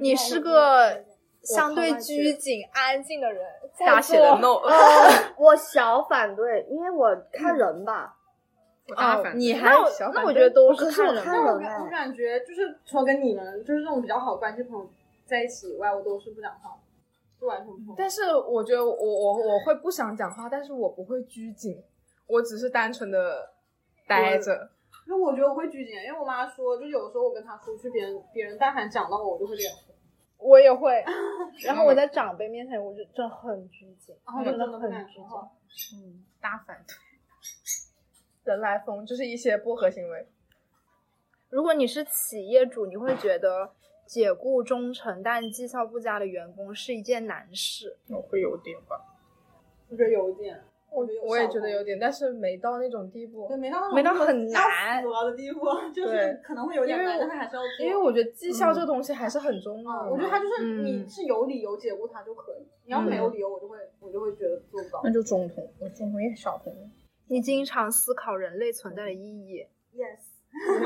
你是个相对拘谨、安静的人，在
大写的
做
no。
呃，我小反对，因为我
嗯
看人吧，
我大
哦
反，对
你还
那我小反对
那我觉得都
可
是
是我
看人
看
但我
人
感我
哎，
感觉就是除了跟你们就是这种比较好的关系朋友在一起以外，我都是不讲话的，就完全不碰。
但是我觉得我我我会不想讲话，但是我不会拘谨，我只是单纯的待着。
因为我觉得我会拘谨，因为我妈说，就是有时候我跟她出去，别人别人但凡讲到我，我就会脸红，
我也会。 然后我在长辈面前，我就真的很拘谨，
然后我就
真
真
的
的不
很
敢
拘
说
谨。
话。
大反对。
人来疯就是一些不合行为。
如果你是企业主，你会觉得解雇忠诚但绩效不佳的员工是一件难事。
我会有点吧。
我觉得有一点，
我我也觉得有点，但那没到那种地步
对，。没到那种
没到
就是
很
要
难
死了的地步，就
对
是可能会有点
因为
难，
我
但是还是要做。
因为我觉得绩效这个东西还是很重要的。
嗯，我觉得他就是
嗯
你是有理由解雇他就可以，你要是没有理由，我就会我就会觉得做不到。
那就中通，我中通也是小朋友。
你经常思考人类存在的意义。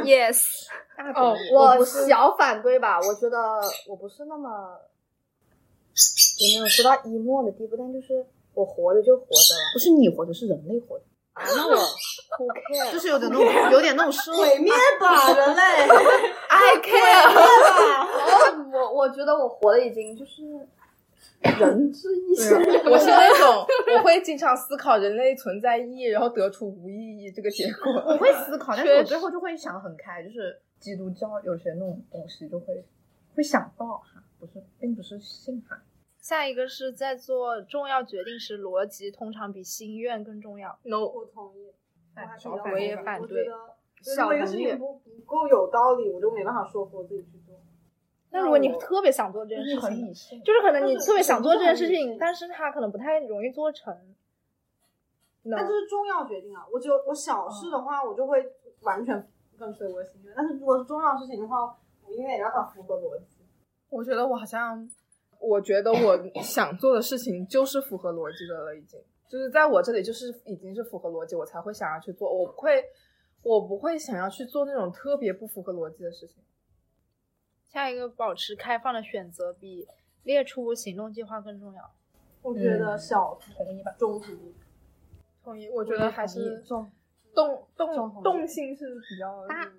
Yes，
yes，
哦，
嗯我
不是
小反对吧，我觉得我不是那么也没有说到一诺的地步，但就是我活着就活着了，不是你活着，是人类活着。啊，那我 who care？就是有点那种有点那种社会
毁灭吧人类，
I care。我我我觉得我活的已经就是仁至义尽了。
我是那种我会经常思考人类存在意义，然后得出无意义这个结
我
果。
会思考，但是
确
我
实
最后就会想得很开，就是基督教有些那种东西就会会想到哈，不是，并不是信哈。
下一个是在做重要决定时，逻辑通常比心愿更重要。
no，
我同意，我还
反
比
少
较
反
我也
同意
反
我觉
对
得如
小
果一个
农
事
业
情不不够有道理，我就没办法说服我自己去做。
那如果你
我
特别想做这件
就是
事
很
情，
理性，
就是可能你
但是
特别想做这件事
我不
情，
是
但是它可能不太容易做成。
但这是重要决定啊！我只有我
嗯
小事的话，我就会完全跟随我的心愿；但是如果是重要事情的话，我永远也让它符合逻辑。
我觉得我好像，我觉得我想做的事情就是符合逻辑的了，已经就是在我这里就是已经是符合逻辑，我才会想要去做。我不会，我不会想要去做那种特别不符合逻辑的事情。
下一个，保持开放的选择比列出行动计划更重要。
我觉得小同意吧，中途
同意，我觉得还是
重
动
重
动
同意
动性是比较
大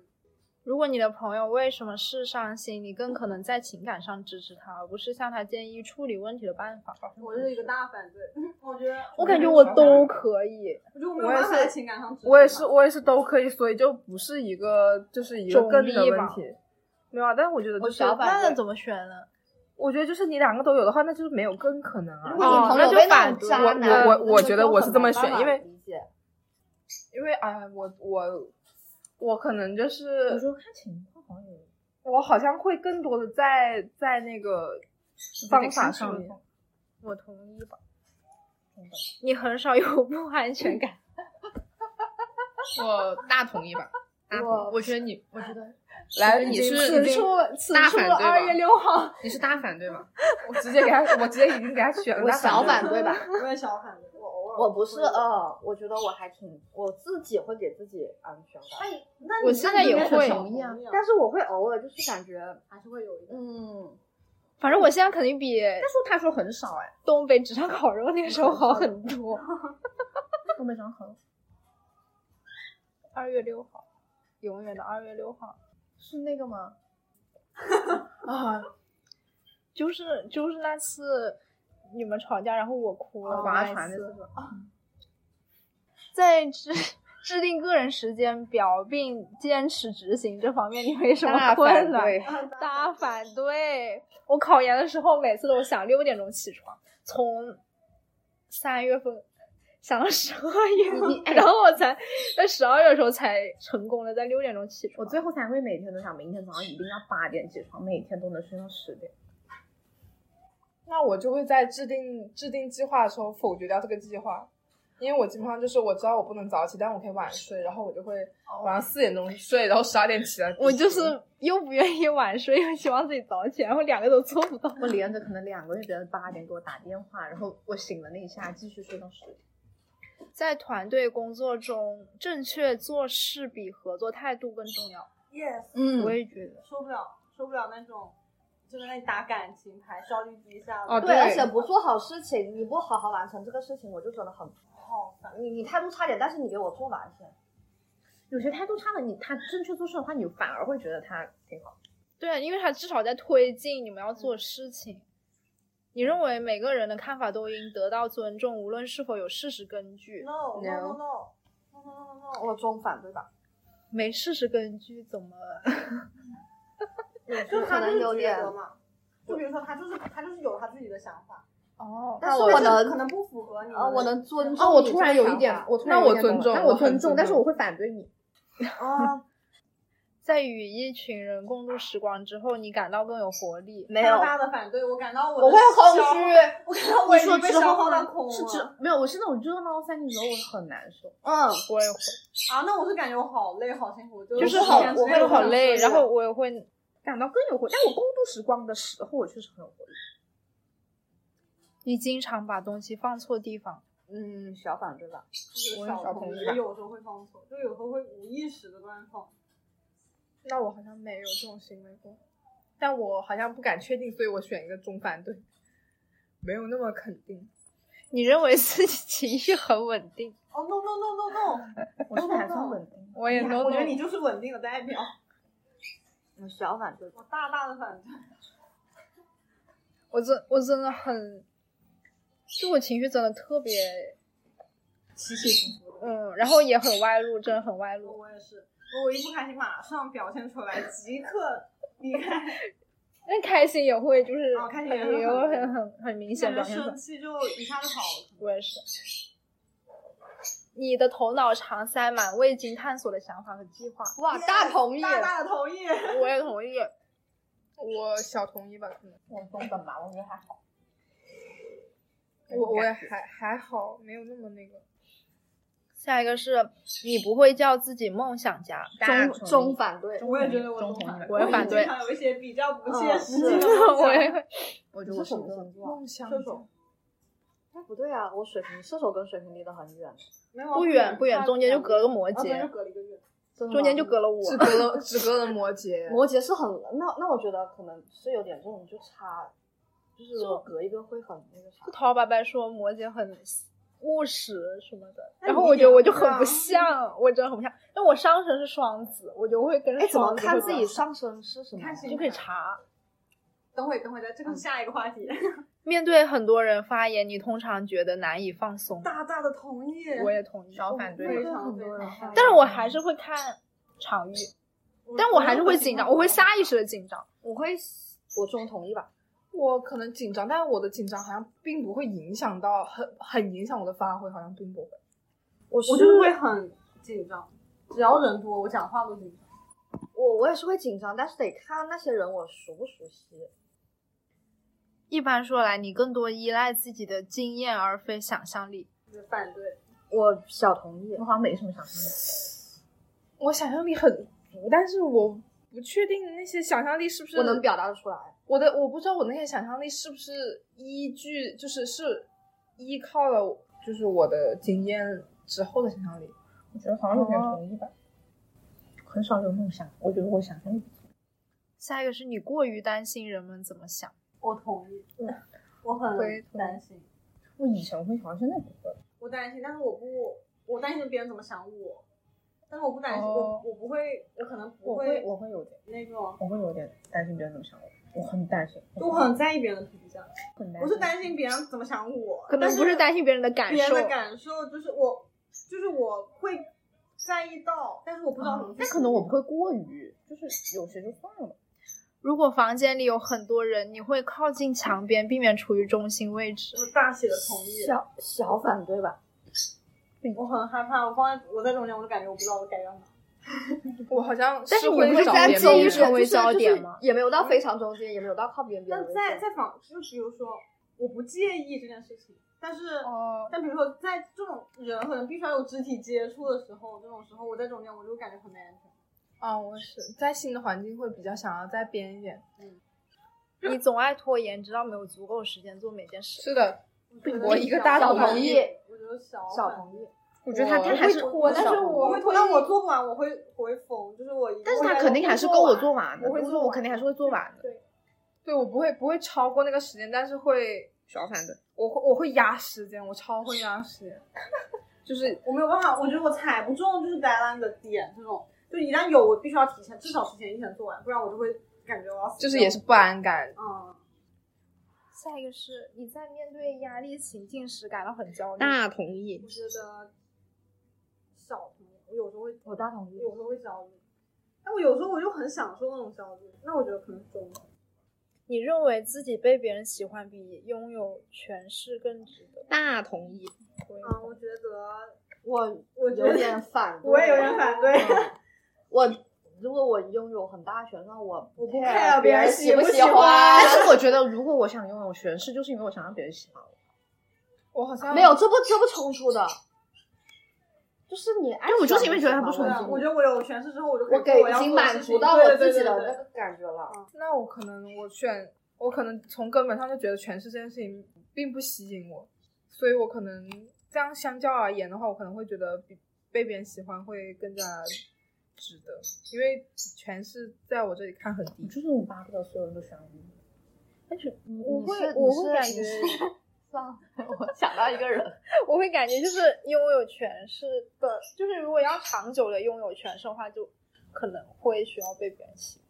如果你的朋友为什么事上心，你更可能在情感上支持他，而不是向他建议处理问题的办法。
我是一个大反对。 我觉得，
我感觉我都可以，
我觉得我没有办法在情感上支持他
我也是，，我也是都可以，所以就不是一个就是一个
中
根的
立
问
吧
题，没有啊。但是我觉得就是，
那那怎么选呢？
我觉得就是你两个都有的话，那就是没有根可能啊
哦
如。果你朋
那
友
就
被那
反
种
对
渣
我
男，
我我
那
觉得
就
我
很
是这
没
么
办
选
法
因为
理解
因为哎，我我我可能就
我
是
说看情况好像有
我好像会更多的在在那个方法上面。
我同意吧。你很少有不安全感，
我大同意吧。大同意，我觉得你，我觉得
来，
你
已经
是
已经
此处二月
六号，
你是大反对吧？
我直接给他，我直接已经给他选了。
我
那
小
反
反对吧？
我也小反对，我偶尔
我不是
会
呃，我觉得我还挺我自己会给自己安全感，
那你
我现在也
那你应该
会
很同意啊，
但是我会偶尔就是感觉
还是会有一点。
嗯，
反正我现在肯定比
但是他说很少哎，嗯
东北纸上烤肉那个时候好很多。
我没想好
二月六号，永远的二月六号，
是那 个吗？
啊，
就是就是那次你们吵架，然后我哭了
划
那
船
一
哦的
次
是吧？
在制制定个人时间表并坚持执行这方面，你为什么困难？大反对。我考研的时候，每次都想六点钟起床，从三月份想到十二 月，然后我才在十二月的时候才成功的在六点钟起
我
床。
最后才会每天都想，明天早上一定要八点起床，每天都能睡到十点。
那我就会在制定制定计划的时候否决掉这个计划，因为我基本上就是我知道我不能早起，但我可以晚睡，然后我就会
哦
晚上四点钟睡，然后十二点起来读书。
我就是又不愿意晚睡，又希望自己早起，然后两个都做不到。
我连着可能两个月，别人八点给我打电话，然后我醒了那一下，继续睡到十点。
在团队工作中，正确做事比合作态度更重要。
Yes，
嗯
我也觉得。
受不了，受不了那种就在那里打感情牌，效率低下的。
哦，
对，而且不做好事情，你不好好完成这个事情，我就真的很
好烦。
你你态度差点，但是你给我做完先。有些态度差的，你他正确做事的话，你反而会觉得他挺好。
对，啊因为他至少在推进你们要
嗯
做事情。你认为每个人的看法都应得到尊重，无论是否有事实根据。
No no no no no
No
no no no no。
我中反对吧？
没事实根据怎么？
就
可
他就
能
是
有点
觉得嘛，就比如说他就是他就是有他自己的想法，
哦，
但是
但
我能
可能不符合你
啊，
们
我
的
能
想
尊重
法
你。
我突然
这
有
个
一
想
点
法
我突
那
然有
我
一点
尊
懂了
那
我
我
很
尊
尊
但是
重
哦
我会反对你。
啊，
在与一群人共度时光之后，你感到更有活力。
没有
大，大的反对，我感到我
我
我
会空虚。
我感到
你
我已
说
经被
之
消
后
耗到
吗
空了。
啊
是之没有，我是那种热闹三级之后，我很难 受。
嗯，我也会，
啊，那我是感觉我好累，好辛苦，就
就是是好
一天，之
我
内
会
不
好
想
累，
睡
然
觉
后我也会
感到更有活力。但我共度时光的时候，我确实很有活力。
你经常把东西放错地方，
嗯，小反对吧？
就是
我
小
也小
朋
朋
友
友
也
吧
有时候会放错，就有时候会无意识的乱放。
那我好像没有这种行为过，但我好像不敢确定，所以我选一个中反对，没有那么肯定。
你认为自己情绪很稳定。
哦、no no no no no！
我是还算稳定。
我也
你还
能
我觉得
懂
你就是稳定的代表，
我小反对。
我大大的反对。
我真我真的很，就我情绪真的特别，
起起伏伏的，
嗯，然后也很外露，真的很外露。
我也是，我一不开心马上表现出来，即 刻离开。
但开心也会就是
哦开
很，
心也会
也
很
会很很很明显
感
表
觉
现出来
生。气就一下就好了。
我也是。你的头脑常塞满未经探索的想法和计划。哇
Yes，
大同意，
大大的同意。
我也同意。
我小同意吧，可能
我中等吧，我觉得还好。
我我也还还好，没有那么那个。
下一个是你不会叫自己梦想家，
大
中
同意
中反对，
我也觉得我
中
中
同意
反
我也反对嗯
经常有一些比较不切实际的梦想
我也会。
我觉
你
得我
是什
是
么
个
星座啊？梦想
射手
哎，不对啊，我水瓶射手跟水瓶离得很远，
没有啊
不远不远，
差
中间就
两
隔个摩
啊不然就
羯，
隔了一个月。
哦真的吗
中间就隔了我。
只隔了只隔了摩羯，
摩羯是很那那我觉得可能是有点这种就差，就是我隔一个会很那个啥。
陶白白说摩羯很务实什么的，
那
然
你
后我
一
觉得
点
我
都
就
不
很不
像
像，我真的很不像。因为我上身是双子，我就会跟
哎，
着
怎么
双子
看
会
自
比
己
较
上升是什么
看？星
就
座
可以查。
等会等会的，这个是下一个话题。
嗯面对很多人发言，你通常觉得难以放松。
大大的同意。
我也同意，
小反
啊
对
非
吧。
常非常。
但是我还是会看场域，但我还是会紧张，我会下意识的紧张。
我会，我中同意吧。
我可能紧张，但是我的紧张好像并不会影响到很很影响我的发挥，好像并不会。
我是
我就是会很紧张，只要人多，我讲话都紧张。
我我也是会紧张，但是得看那些人我熟不熟悉。
一般说来，你更多依赖自己的经验而非想象力。
就是反对，
我小同意，
好像没什么想说的。
我想象力很足，但是我不确定那些想象力是不是
我能表达的出来。
我的我不知道我那些想象力是不是依据就是是依靠了就是我的经验之后的想象力。
我觉得好像有点同意吧，很少有梦想。我觉得我想象力
下一个是你过于担心人们怎么想。
我同意。
嗯
我很
会同意
担心，
我以前会想，现在不会。
我担心，但是我不，我担心别人怎么想我，但是我不担心，
哦
我我不会，我可能不
我会，我会有点，
那种，
我会有点担心别人怎么想我，我很担心。
就我很在意别人的评价，
很担
我是担心别人怎么想我，
可能
但
不是担心别人的感
别人
受
的感受，就是我，就是我会在意到，但是我不知道怎么去处理。
啊但哦可能我不会过于，就是有些就算了。
如果房间里有很多人，你会靠近墙边，避免处于中心位置。
我大写的同意，
小小反对吧，
我很害怕，我放在我在中间，我就感觉我不知道我该干嘛。
我好像
但是你
会
不是
找
在
别人
中
的
间成为
就是
焦点吗
就是也没有到非常中间，也没有到靠边边
但
的位置。
在在房，就比如说，我不介意这件事情，但是，
哦，
但比如说在这种人和人必须要有肢体接触的时候，这种时候我在中间，我就感觉很没安全。
啊、我是在新的环境会比较想要再编一点。
嗯你总爱拖延，直到没有足够时间做每件事。
是的，
觉得
我一个大
小
的同
反
意
对，我觉得小
小
反
同意，
我
觉得他他还是
我但是我
我
会拖，但我做不完，我会我会疯，就是我一。
但是
我
他
感觉
肯定还是够我做完的，
我会
就是
做
我
完
肯定还是会做完的。
对，
对我不会不会超过那个时间，但是会
小反对，
我会我会压时间，我超会压时 间，就是
我没有办法，我觉得我踩不中就是 deadline 的点这种，就一旦有我必须要提前，至少提前一天做完，不然我就会感觉我要死掉。
就是也是不安感。
嗯，
下一个是你在面对压力情境时感到很焦虑。
大同意
我。觉得小同意，我有时候会
我大同意。
有时候会焦虑，但我有时候我就很享受那种焦虑，那我觉得可能是中等。
你认为自己被别人喜欢比拥有权势更值得？
大同 意，
嗯，我觉得
我
我觉
有
得
点反对，
我也有点反对，
我如果我拥有很大的权利，我
我
不
不
care
care 别人喜
喜
不喜
喜
欢
但是我觉得，如果我想拥有权势，就是因为我想让别人喜欢我。
我好像
没有，这不这不冲突的，
就是你爱
但我
喜欢
就是因为觉得他不
喜欢
纯
我
净
啊我觉得我有权势之后，我就可以
我
做
给
我
已
要
经
做的
满
事
足
情
到
对
我
对
自己
对
的
对
那个感觉了。
那我可能我选，我可能从根本上就觉得权势这件事情并不吸引我，所以我可能这样相较而言的话，我可能会觉得比被别人喜欢会更加值得，因为权势在我这里看很低
你。就是你巴不得所有人都喜欢你。
但是你
我
你
会
是
我
你
会
是
感
你
觉
是算了，我想到一个人，
我会感觉就是拥有权势的，就是如果要长久的拥有权势的话，就可能会需要被别人喜欢。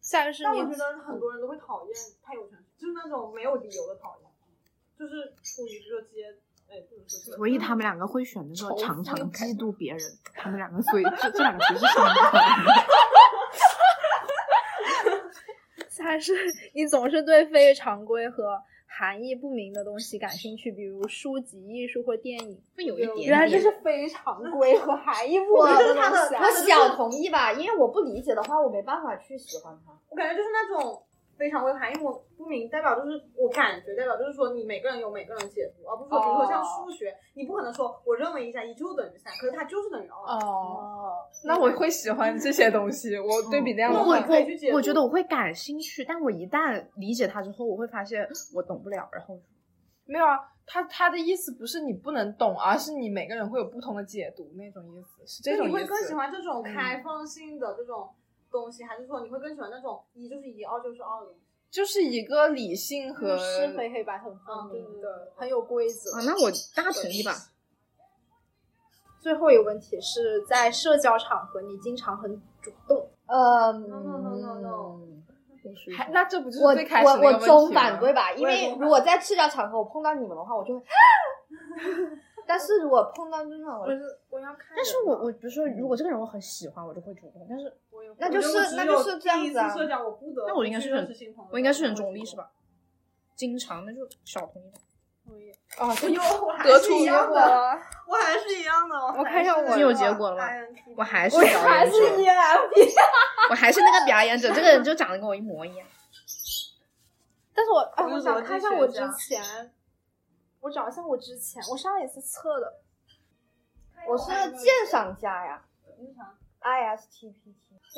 下一个是
但
你
我觉得很多人都会讨厌太有权势，就是那种没有理由的讨厌，就是出于这个街，哎，不能说这个
所以他们两个会选择说
仇
常常
富
嫉妒别人，他们两个所以 这这两个其实是相反的。
它是你总是对非常规和含义不明的东西感兴趣，比如书籍、艺术或电影。
会有一点点。
原来这是非常规和含义不
我
明
是
的
他
东
的
西啊！
我小同意吧，因为我不理解的话，我没办法去喜欢他。
我感觉就是那种非常规含义我不明，代表就是我感觉代表就是说你每个人有每个人的解读，而不是说比如说像数学，你不可能说我认为一加一就等于三，可是它就是等于二。
哦，那我会喜欢这些东西，我对比那样
我
的
我
话，
可以去解
我我觉
读
得我会感兴趣，但我一旦理解它之后，我会发现我懂不了，然后
没有啊，他他的意思不是你不能懂，而是你每个人会有不同的解读那种意思，是这
就
种
你会
意
更喜
思。
欢这种开放性的这种东西，还是说你会更喜欢那种嗯
嗯
一就是一，二就是二的东西？
就是一个理性和
是非黑白很分
嗯对
明
对
的
对，
很有规则。
啊，那我大同意吧。
最后一个问题是在社交场合，你经常很主动。
嗯
No, no, no, no, no.
还那这不就是
我
最开始
我
那个
我
问题
中
吗
反对
啊
吧，因
我也
为
中反
如果在社交场合我碰到你们的话，我就 会，但是如果碰到就是那种
是我要看
但是我我比如说，如果这个人我很喜欢，我就会主动，但是
我也会
那
我
就
觉
是
得我只
那就是
有
这样
第一
子啊
次社交我不得，
那我应该是
认
很
识新朋友，
我应该是很中立是？吧？经常那就小同 意吧。
哦，因为 我还
得
是
出
一样
结
的， 我还是一样的。我
看上我
你有结果了吗我还是表演
E
者，
ENFP，
我还是那个表演者，这个人就长得跟我一模一样。
但是我哎，
我
我
是
想
逻辑
看一下我
学
之
家
前，我找一下我之前，我上一次测的。
我是鉴赏家呀，ISTP，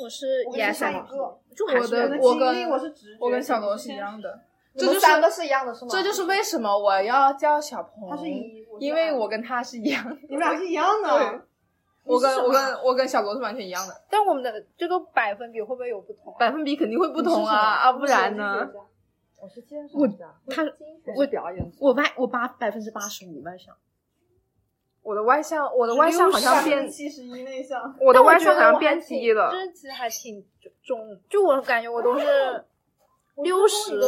我是
我跟你
ES，
上一个
就还
我
是
的
那个
我
经历
跟
我是直觉
我跟小
型
罗
是
是一
先
样的，
你
这
们
就是
三个是一样的是吗？
这就是为什么我要叫小鹏，
他是一，是
因为
二
我跟他是一样的，
你们俩是一样的，
我跟
你是什
我
么
跟我跟小罗是完全一样的，
但我们的这个百分比会不会有不同啊？
百分比肯定会不同啊，啊不然呢？？
我是鉴
我
赏家，
他
我是表演者，
我百我八百分之八十五外向，
我的外向，我的外向好像变，
七十一内向，
我的
但我
外
觉
向
得
好
我
像
还
变
挺
低了
就。是其实还挺中，就我感觉我都是六十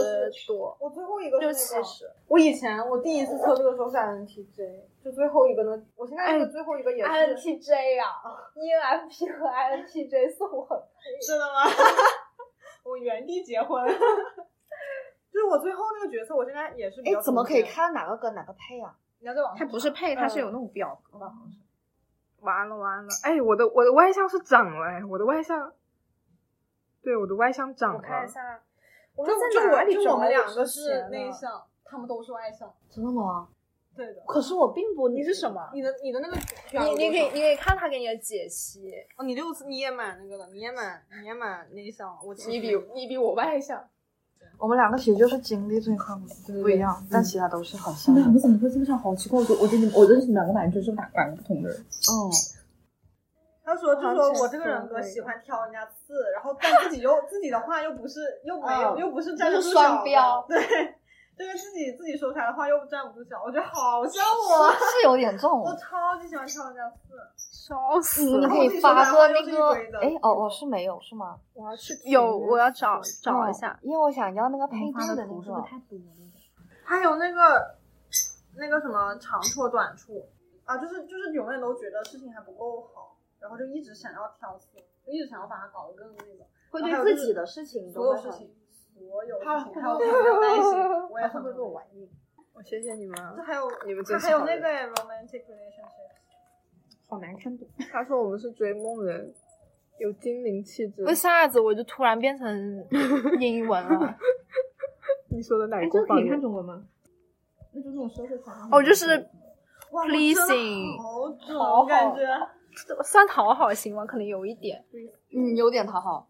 多，
我最后一个
六
是
七
那个。
十。
我以前我第一次测这个时候是 INTJ，就最后一个呢，我现在
哎
这个最后一个也是
INTJ 啊，ENFP 和 INTJ 似乎 很
真的吗？ 我原地结婚， 就是我最后那个角色，我现在也是比
哎
较，
怎么可以
中间？
看哪个跟哪个配啊？
你要再往
他
上
不是配，他是有那种表格。
完了完了，哎，我的我的外向是涨了，哎，我的外向，对，我的外向涨
我
了。
看一下，
查，
我
就
们在
就
哪
我
里
就
找
我们
到
两个
之前
是
的
内向，他们都是外向，
真的吗？
对的。
可是我并不，
你是什？么？
你的你的那个
你你可以你可以看他给你的解析，
哦，你六次你也蛮那个的，你也蛮你也蛮内向，我其实
你比你比我外向，
我们两个其实就是经历这一块不一样，但其他都是很像的。
怎么会这么像？好奇怪！我觉得我觉得你们我认识你们两个，感觉就是两两个不同的人。
嗯，
他说就说我这个人格喜欢挑人家刺，然后但自己又自己的话又不是又没有、
嗯
又不是站得
就是
住
双
脚的
标
对，就是自己自己说出来的话又站不住脚，我觉得好像我，
是有点重。
我超级喜欢挑人家刺，
笑
你
死
你可
了！
以发个那
然后自己说
个
白话又是一堆的，
哎哦，我是没有是吗？
我要去
有我要
找
哦，因为我想要那个配对的那
是不
个
是。太多了？
还有那个那个什么长处短处啊，就是就是永远都觉得事情还不够好，然后就一直想要挑刺，就一直想要把它搞得更那个。
会
对自己
的事情
所有事情，所有事情，还有很没有耐 心，我也很没有玩意。
我谢谢你们啊
这，还有
你们
它
真
还
是
有
好
那
人
个 romantic relationship，
好难看懂。
他说我们是追梦人，有精灵气质。
一下子我就突然变成英文了。
你说的哪
哎，
一
这
国
个
方
可以
言
看？中文吗？那就这种社会场合。
哦，就是
哇，
Pleasing
我真的好准，感觉
算讨好型吗？可能有一点。
嗯，有点讨好。
嗯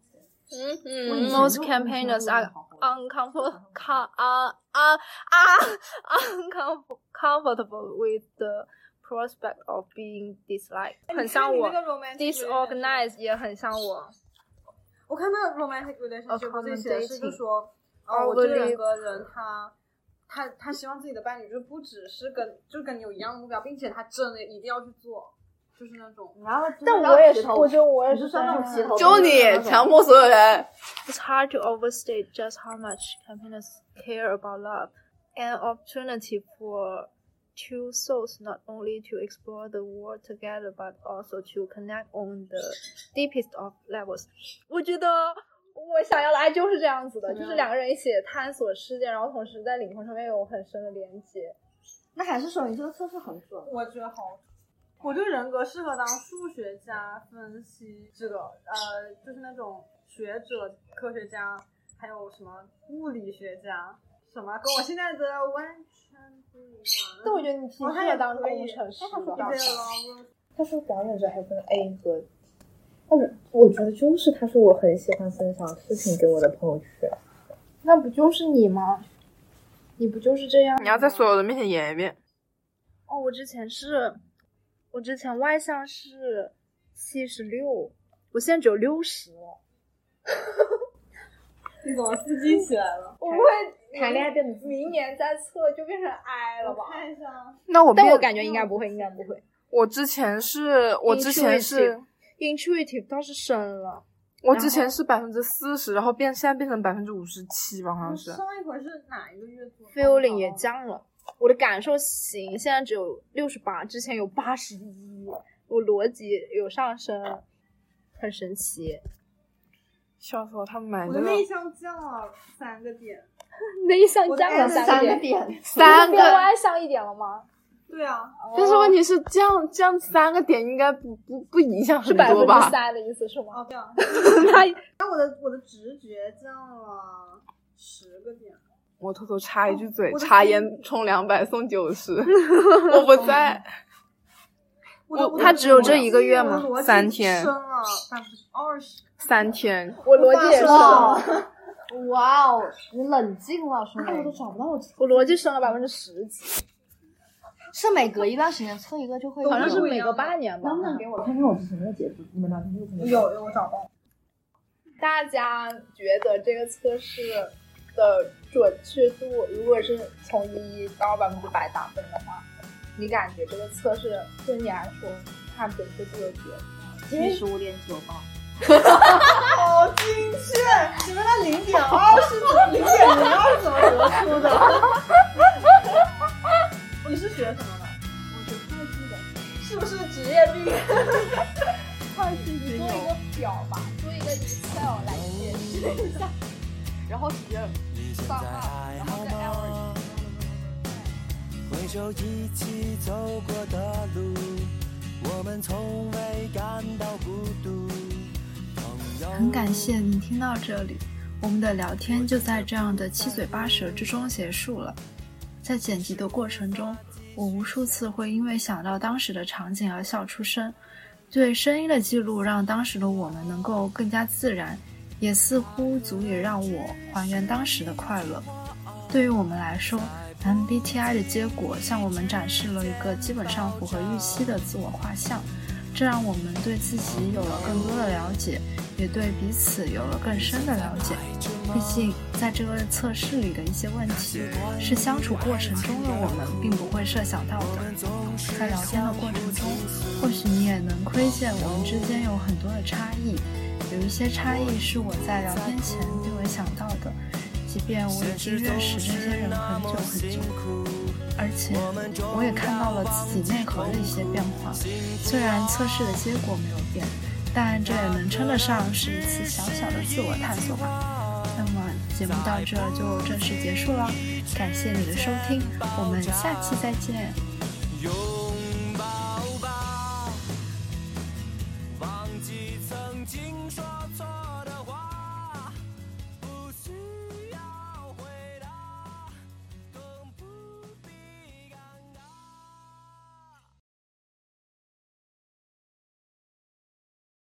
我以前
Most
就我以前就
campaigners
有
are
点讨好
uncomfortable, com, uh, uh, uh, uncomfortable with the prospect of being disliked。很像我
你看你那个 romantic relationship
，disorganized 也很像我。
我看那 romantic relationship 不是写的是
Accommodating
就说，哦，我这两个人他他他希望自己的伴侣就是不只是跟就是跟你有一样的目标，并且他真的一定要去做，就是那种
然后，
但我也是，我觉得我也
你
是
是算那种齐头
就 你强迫所有人。
It's hard to overstate just how much campaigners care about love, an opportunity for two souls not only to explore the world together but also to connect on the deepest of levels.
我觉得我想要的爱就是这样子的，就是两个人一起探索世界，然后同时在灵魂上面有很深的连接。
那还是说你这个测试很准。
我觉得好。我对人格适合当数学家、分析这个呃，就是那种学者、科学家，还有什么物理学家，什么跟我现在的完全不一样。
但我觉得你挺
哦
适
他
合
也
当
可以
工程师
对
吧。
了，
他说表演者还分 A 和，但我我觉得就是他说我很喜欢分享视频给我的朋友圈，
那不就是你吗？你不就是这样？
你要在所有人面前演一遍。
哦，我之前是，我之前外向是七十六，我现在只有六十了。
你怎么自激起来了？
我会
谈恋爱变得
明年再测就变成 I 了
我
吧？
看一下啊，
那我
哦但
变
我感觉应该不会，应该不会。
我之前是我之前是
intuitive 倒是深了。
我之前是百分之四十，然后变现在变成百分之五十七吧，好像是。
上一回是哪一个月做的
哦
feeling 也降了。我的感受型现在只有六十八，之前有八十一，我逻辑有上升，很神奇。
笑死我！他们买
我
这
的
个
内向降了三个点。
内向降了
三
点，
点，
三
变
个，
外向一点了吗？
对啊，
但是问题是这样这样三个点应该不不不影响
是
很
百分
多吧
之？三的意思是吗？
哦对啊，那我的我的直觉降 了十个点。
我偷偷插一句嘴
我，的
茶烟充两百送九十，我不在。
我的
我
我
哦
的
他只有
逻
这
辑
一个月吗
我的逻辑
三天
升了百分之二十。
三天，
我逻辑也是，
哇 哇哦，你冷静了，兄
我都
弟，
找不到我。
我逻辑升了百分之十几，
是每隔一段时间测一个就会有
好像是
不一样
每隔半年吧
能。不能给我看看我之前的截图？你们聊天就可能
有有我找到。
大家觉得这个测试的准确度，如果是从一到百分之百打分的话，你感觉这个测试对你来说它准确度有几？
七十五点九吧。
好精确！你们那零点二是怎零点零二是怎么得出的？ 你是学什么的？我学会计的。是不是职业病？啊会计
你做一个表吧，做一个 Excel 来解释一下，然后直接放大，然后再 average。
回首一起走过的路，我们从未感到孤独。朋友
很感谢您听到这里，我们的聊天就在这样的七嘴八舌之中结束了。在剪辑的过程中，我无数次会因为想到当时的场景而笑出声。对声音的记录，让当时的我们能够更加自然，也似乎足以让我还原当时的快乐。对于我们来说，MBTI 的结果向我们展示了一个基本上符合预期的自我画像，这让我们对自己有了更多的了解，也对彼此有了更深的了解。毕竟，在这个测试里的一些问题，是相处过程中的我们并不会设想到的。在聊天的过程中，或许你也能窥见我们之间有很多的差异，有一些差异是我在聊天前并未想到的，即便我已经认识这些人很久很久，而且我也看到了自己内核的一些变化。虽然测试的结果没有变，但这也能称得上是一次小小的自我探索吧。那么节目到这就正式结束了，感谢你的收听，我们下期再见。
有